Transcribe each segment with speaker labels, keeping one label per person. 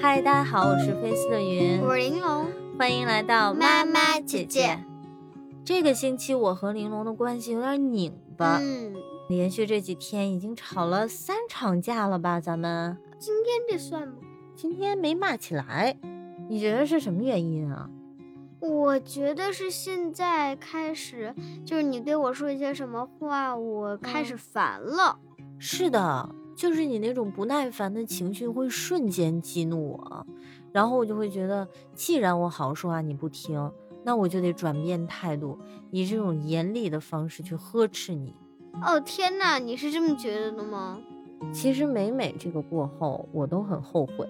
Speaker 1: 嗨，大家好，我是菲斯的云，
Speaker 2: 我是玲珑，
Speaker 1: 欢迎来到
Speaker 2: 妈
Speaker 1: 妈
Speaker 2: 妈
Speaker 1: 姐
Speaker 2: 姐姐
Speaker 1: 这个星期我和玲珑的关系有点拧巴，
Speaker 2: 嗯，
Speaker 1: 连续这几天已经吵了三场架了吧？咱们
Speaker 2: 今天这算吗？
Speaker 1: 今天没骂起来，你觉得是什么原因啊？
Speaker 2: 我觉得是现在开始，就是你对我说一些什么话，我开始烦了。
Speaker 1: 是的，就是你那种不耐烦的情绪会瞬间激怒我，然后我就会觉得，既然我好好说话你不听，那我就得转变态度，以这种严厉的方式去呵斥你。
Speaker 2: 哦天哪，你是这么觉得的吗？
Speaker 1: 其实每每这个过后，我都很后悔。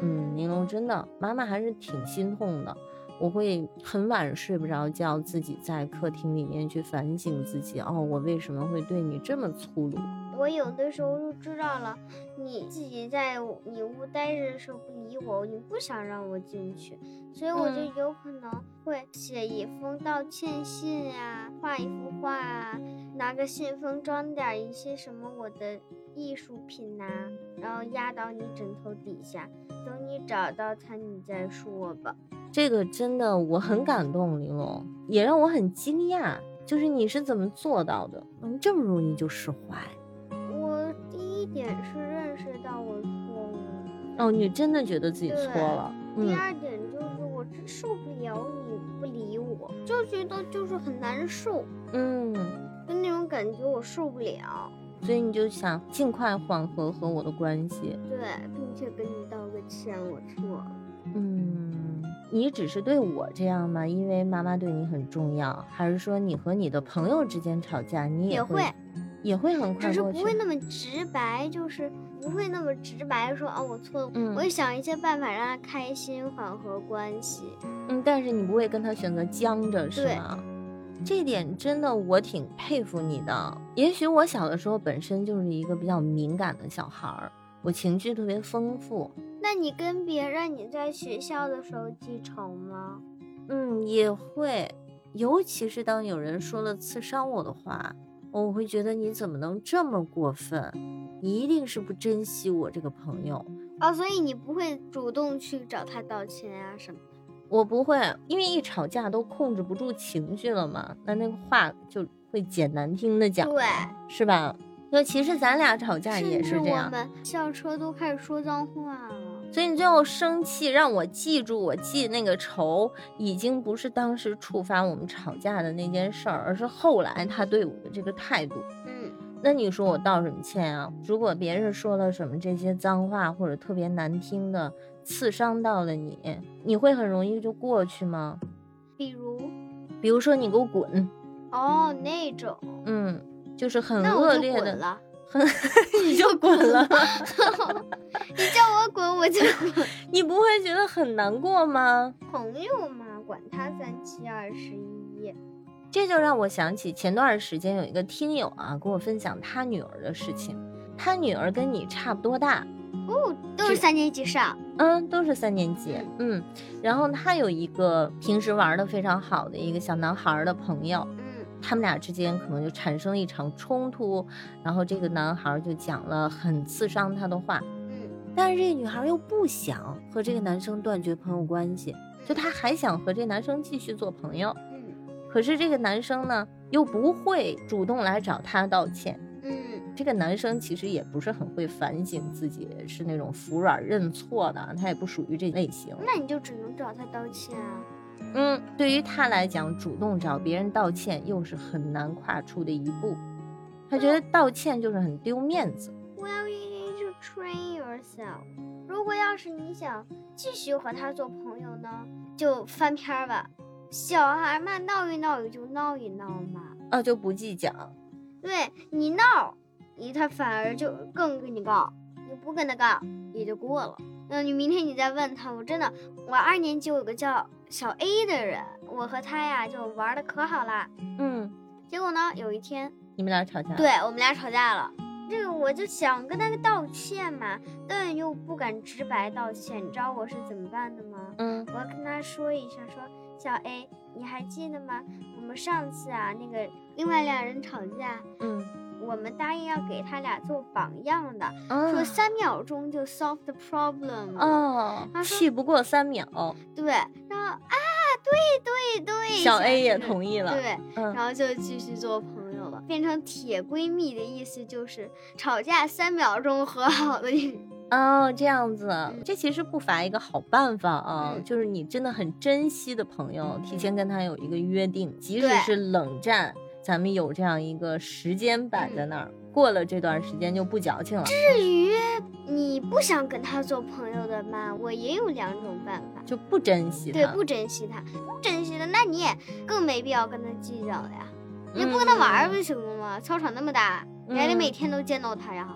Speaker 1: 嗯，玲珑真的，妈妈还是挺心痛的。我会很晚睡不着觉，自己在客厅里面去反省自己。哦，我为什么会对你这么粗鲁？
Speaker 2: 我有的时候就知道了，你自己在我你屋待着的时候不理我，你不想让我进去，所以我就
Speaker 1: 嗯
Speaker 2: 有可能会写一封道歉信啊，画一幅画啊，拿个信封装点儿一些什么我的艺术品呐、然后压到你枕头底下，等你找到它你再说吧。
Speaker 1: 这个真的我很感动，玲珑也让我很惊讶，就是你是怎么做到的？嗯，这么容易就释怀？
Speaker 2: 我第一点是认识到我错误。
Speaker 1: 哦，你真的觉得自己错
Speaker 2: 对啊
Speaker 1: 了？
Speaker 2: 第
Speaker 1: 嗯，
Speaker 2: 二点就是我真受不了你不理我，就觉得就是很难受，
Speaker 1: 嗯，
Speaker 2: 就那种感觉我受不了。
Speaker 1: 所以你就想尽快缓和和我的关系。
Speaker 2: 对，并且跟你道个歉，我错了。
Speaker 1: 嗯，你只是对我这样吗？因为妈妈对你很重要，还是说你和你的朋友之间吵架，你
Speaker 2: 也
Speaker 1: 会
Speaker 2: 会，
Speaker 1: 也会很快
Speaker 2: 只是
Speaker 1: 过
Speaker 2: 不
Speaker 1: 去？
Speaker 2: 会那么直白，就是不会那么直白说啊我错了。
Speaker 1: 嗯
Speaker 2: 我会想一些办法让他开心，缓和关系。
Speaker 1: 嗯，但是你不会跟他选择僵着，是
Speaker 2: 对
Speaker 1: 吗？这点真的我挺佩服你的。也许我小的时候本身就是一个比较敏感的小孩儿，我情绪特别丰富。
Speaker 2: 那你跟别人你在学校的时候记仇吗？
Speaker 1: 嗯，也会，尤其是当有人说了刺伤我的话，我会觉得你怎么能这么过分？你一定是不珍惜我这个朋友。
Speaker 2: 哦，所以你不会主动去找他道歉啊什么的。
Speaker 1: 我不会，因为一吵架都控制不住情绪了嘛，那那个话就会简难听的讲，
Speaker 2: 对。
Speaker 1: 是吧？尤其是咱俩吵架也
Speaker 2: 甚
Speaker 1: 是
Speaker 2: 至
Speaker 1: 这
Speaker 2: 我
Speaker 1: 样，
Speaker 2: 们校车都开始说脏话了。
Speaker 1: 所以你最后生气让我记住，我记那个仇已经不是当时触发我们吵架的那件事儿，而是后来他对我的这个态度。
Speaker 2: 嗯，
Speaker 1: 那你说我道什么歉啊？如果别人说了什么这些脏话或者特别难听的，刺伤到了你，你会很容易就过去吗？
Speaker 2: 比如
Speaker 1: 比如说你给我滚，
Speaker 2: 哦那种，
Speaker 1: 嗯，就是很
Speaker 2: 那
Speaker 1: 恶
Speaker 2: 我就
Speaker 1: 劣
Speaker 2: 滚
Speaker 1: 的，
Speaker 2: 了。
Speaker 1: 很 你就滚了，
Speaker 2: 你叫我 滚，我就滚。
Speaker 1: 你不会觉得很难过吗？
Speaker 2: 朋友嘛，管他三七二十一。
Speaker 1: 这就让我想起前段时间有一个听友啊，跟我分享他女儿的事情，他女儿跟你差不多大，
Speaker 2: 哦，都
Speaker 1: 这
Speaker 2: 是三年级上。
Speaker 1: 嗯，都是三年级，嗯，然后他有一个平时玩的非常好的一个小男孩儿的朋友，
Speaker 2: 嗯
Speaker 1: 他们俩之间可能就产生了一场冲突，然后这个男孩儿就讲了很刺伤她的话，
Speaker 2: 嗯，
Speaker 1: 但是这个女孩儿又不想和这个男生断绝朋友关系，就她还想和这男生继续做朋友，
Speaker 2: 嗯
Speaker 1: 可是这个男生呢又不会主动来找她道歉。
Speaker 2: 嗯
Speaker 1: 这个男生其实也不是很会反省自己，是那种服软认错的，他也不属于这类型。
Speaker 2: 那你就只能找他道歉啊。
Speaker 1: 嗯，对于他来讲，主动找别人道歉又是很难跨出的一步。他觉得道歉就是很丢面子。
Speaker 2: Well, you need to train yourself. 如果要是你想继续和他做朋友呢，就翻篇儿吧。小孩嘛，闹一闹也就闹一闹嘛。
Speaker 1: 啊，就不计较。
Speaker 2: 对你闹，你他反而就更跟你杠。你不跟他杠，也就过了。那你明天你再问他，我真的，我二年级我有个叫小 A 的人，我和他呀就玩的可好啦。
Speaker 1: 嗯，
Speaker 2: 结果呢，有一天
Speaker 1: 你们俩吵架？
Speaker 2: 对我们俩吵架了。这个我就想跟他道歉嘛，但又不敢直白道歉，你知道我是怎么办的吗？
Speaker 1: 嗯
Speaker 2: 我要跟他说一声，说小 A，你还记得吗？我们上次啊，那个另外两人吵架，
Speaker 1: 嗯
Speaker 2: 我们答应要给他俩做榜样的，
Speaker 1: 啊
Speaker 2: 说三秒钟就 solve the problem 了。
Speaker 1: 哦
Speaker 2: 他，说
Speaker 1: 气不过三秒，
Speaker 2: 对，然后啊，对对对，
Speaker 1: 小 A 也
Speaker 2: 意。
Speaker 1: 同意了。
Speaker 2: 对，
Speaker 1: 嗯
Speaker 2: 然后就继续做朋友了，变成铁闺蜜的意思就是吵架三秒钟和好的意思。
Speaker 1: 哦，这样子，这其实不乏一个好办法啊，
Speaker 2: 嗯
Speaker 1: 就是你真的很珍惜的朋友，提前跟他有一个约定，即使
Speaker 2: 对
Speaker 1: 是冷战，咱们有这样一个时间板
Speaker 2: 嗯
Speaker 1: 在那儿，过了这段时间就不矫情了，
Speaker 2: 至于你不想跟他做朋友的嘛，我也有两种办法。
Speaker 1: 就不珍惜
Speaker 2: 对，
Speaker 1: 他，
Speaker 2: 不珍惜他，不珍惜他，那你也更没必要跟他计较了呀。你
Speaker 1: 嗯
Speaker 2: 不跟他玩儿不行吗？操场那么大，你还得
Speaker 1: 嗯
Speaker 2: 每天都见到他呀。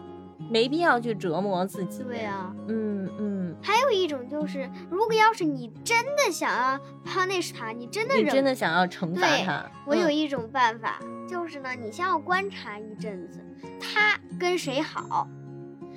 Speaker 1: 没必要去折磨自己。
Speaker 2: 对啊呀、
Speaker 1: 嗯嗯，
Speaker 2: 还有一种就是，如果要是你真的想要 punish 他，你真的
Speaker 1: 你
Speaker 2: 忍
Speaker 1: 真的想要惩罚
Speaker 2: 对
Speaker 1: 他，
Speaker 2: 我有
Speaker 1: 嗯
Speaker 2: 一种办法，就是呢，你先要观察一阵子，他跟谁好，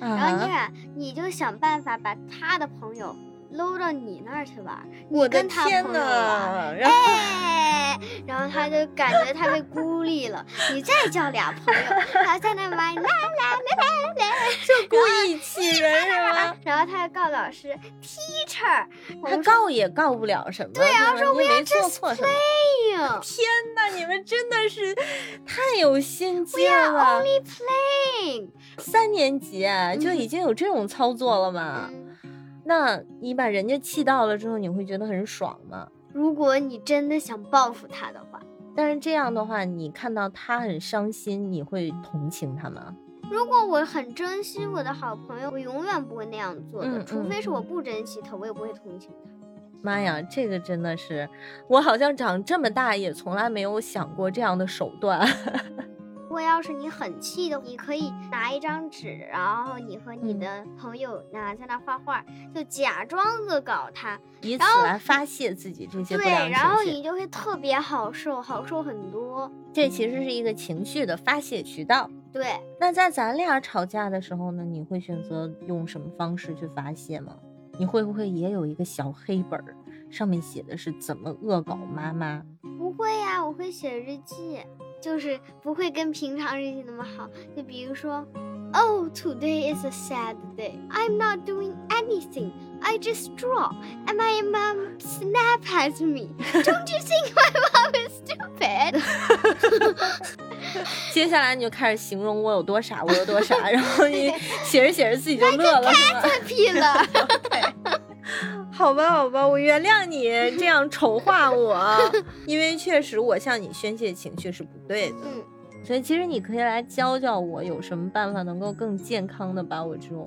Speaker 1: 啊
Speaker 2: 然后
Speaker 1: 哈
Speaker 2: 你俩你就想办法把他的朋友搂到你那儿去玩儿，
Speaker 1: 我
Speaker 2: 你
Speaker 1: 的
Speaker 2: 跟他
Speaker 1: 天
Speaker 2: 朋友啊玩
Speaker 1: 呐，
Speaker 2: 儿。
Speaker 1: 然后
Speaker 2: 哎，然后他就感觉他被孤立了。你再叫俩朋友，他在那玩啦啦啦啦
Speaker 1: 就故 意气人是
Speaker 2: 啦
Speaker 1: 吗？，
Speaker 2: 然后他告老师，teacher，
Speaker 1: 他告也告不了什么，对啊，说我没做错什么。
Speaker 2: playing，we
Speaker 1: 天呐，你们真的是太有心机
Speaker 2: are
Speaker 1: 了！
Speaker 2: only playing。
Speaker 1: 三年级啊就
Speaker 2: 嗯
Speaker 1: 已经有这种操作了吗？
Speaker 2: 嗯
Speaker 1: 那你把人家气到了之后，你会觉得很爽吗？
Speaker 2: 如果你真的想报复他的话，
Speaker 1: 但是这样的话，你看到他很伤心，你会同情他吗？
Speaker 2: 如果我很珍惜我的好朋友，我永远不会那样做的，
Speaker 1: 嗯
Speaker 2: 除
Speaker 1: 嗯
Speaker 2: 非是我不珍惜他，我也不会同情他。
Speaker 1: 妈呀，这个真的是，我好像长这么大也从来没有想过这样的手段。
Speaker 2: 如果要是你很气的，你可以拿一张纸，然后你和你
Speaker 1: 嗯
Speaker 2: 的朋友啊在那画画，就假装恶搞他，
Speaker 1: 以此
Speaker 2: 然后
Speaker 1: 来发泄自己这些不
Speaker 2: 对，
Speaker 1: 良
Speaker 2: 然后
Speaker 1: 情绪。
Speaker 2: 你就会特别好受，好受很多。
Speaker 1: 这其实是一个情绪的发泄渠道。
Speaker 2: 对，
Speaker 1: 那在咱俩吵架的时候呢，你会选择用什么方式去发泄吗？你会不会也有一个小黑本儿，上面写的是怎么恶搞妈妈？
Speaker 2: 不会呀、我会写日记，就是不会跟平常日记那么好。就比如说，Oh, today is a sad day. I'm not doing anything. I just draw, and my mom snap at me. Don't you think my mom is stupid?
Speaker 1: 接下来你就开始形容我有多傻，我有多傻，然后你写着写着自己就乐了，是吧？
Speaker 2: 屁了。
Speaker 1: 好吧，好吧，我原谅你这样丑化我，啊因为确实我向你宣泄情绪是不对的。
Speaker 2: 嗯，
Speaker 1: 所以其实你可以来教教我，有什么办法能够更健康的把我这种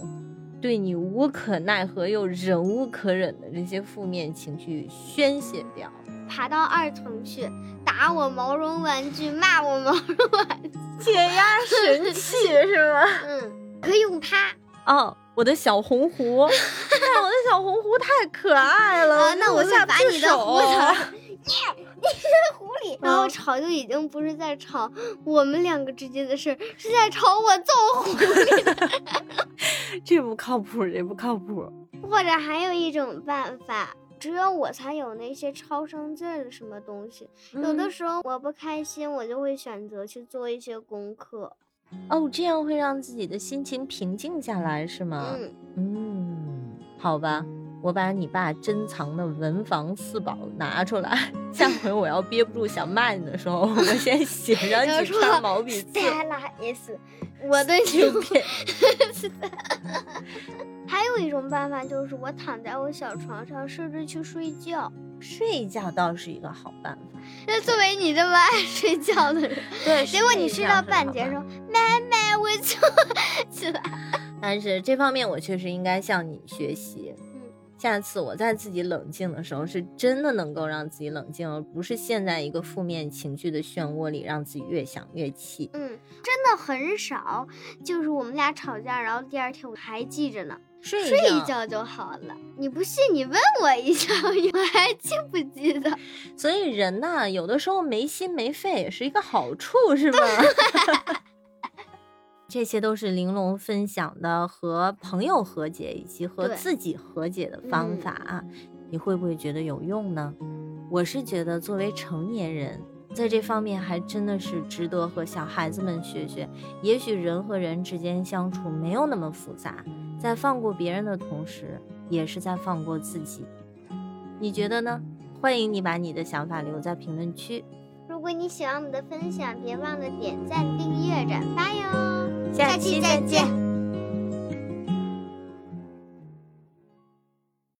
Speaker 1: 对你无可奈何又忍无可忍的这些负面情绪宣泄掉。
Speaker 2: 爬到二层去，打我毛绒玩具，骂我毛绒玩具。
Speaker 1: 解压 神器是吗？
Speaker 2: 嗯，可以用它。
Speaker 1: 哦，我的小红狐，哎呀，我的小红狐太可爱了。
Speaker 2: 啊，那我
Speaker 1: 就
Speaker 2: 就
Speaker 1: 下
Speaker 2: 把
Speaker 1: 次
Speaker 2: 你的
Speaker 1: 手
Speaker 2: 胡子，你你的狐狸，然后
Speaker 1: 嗯
Speaker 2: 吵就已经不是在吵我们两个之间的事儿，是在吵我揍狐狸。
Speaker 1: 这不靠谱，这不靠谱。
Speaker 2: 或者还有一种办法，只有我才有那些超生劲儿的什么东西。
Speaker 1: 嗯
Speaker 2: 有的时候我不开心，我就会选择去做一些功课。
Speaker 1: 哦，这样会让自己的心情平静下来，是吗？
Speaker 2: 嗯，
Speaker 1: 嗯，好吧，我把你爸珍藏的文房四宝拿出来，下回我要憋不住想骂你的时候，我先写 上
Speaker 2: 要
Speaker 1: 几
Speaker 2: 说
Speaker 1: 串毛笔字。
Speaker 2: Stella S，我的
Speaker 1: 就
Speaker 2: 牛
Speaker 1: 变
Speaker 2: 还有一种办法就是我躺在我小床上，甚至去睡觉。
Speaker 1: 睡觉倒是一个好办法。
Speaker 2: 那作为你这么爱睡觉的人，
Speaker 1: 对
Speaker 2: 结果你睡到半截说：“妈妈，我错起来。
Speaker 1: 但是这方面我确实应该向你学习。
Speaker 2: 嗯
Speaker 1: 下次我在自己冷静的时候，是真的能够让自己冷静，而不是陷在一个负面情绪的漩涡里，让自己越想越气”。
Speaker 2: 嗯，真的很少，就是我们俩吵架，然后第二天我还记着呢，
Speaker 1: 睡
Speaker 2: 睡一觉就好了。你不信，你问我一下，我还记不记得？
Speaker 1: 所以人呐，有的时候没心没肺也是一个好处，是吧？ 这些都是玲珑分享的和朋友和解以及和
Speaker 2: 对
Speaker 1: 自己和解的方法啊，你会不会觉得有用呢？我是觉得，作为成年人，在这方面还真的是值得和小孩子们学学。也许人和人之间相处没有那么复杂，在放过别人的同时，也是在放过自己。你觉得呢？欢迎你把你的想法留在评论区。
Speaker 2: 如果你喜欢我们的分享，别忘了点赞、订阅、转发哟。
Speaker 1: 下
Speaker 2: 下期
Speaker 1: 期
Speaker 2: 再
Speaker 1: 再见
Speaker 2: 见。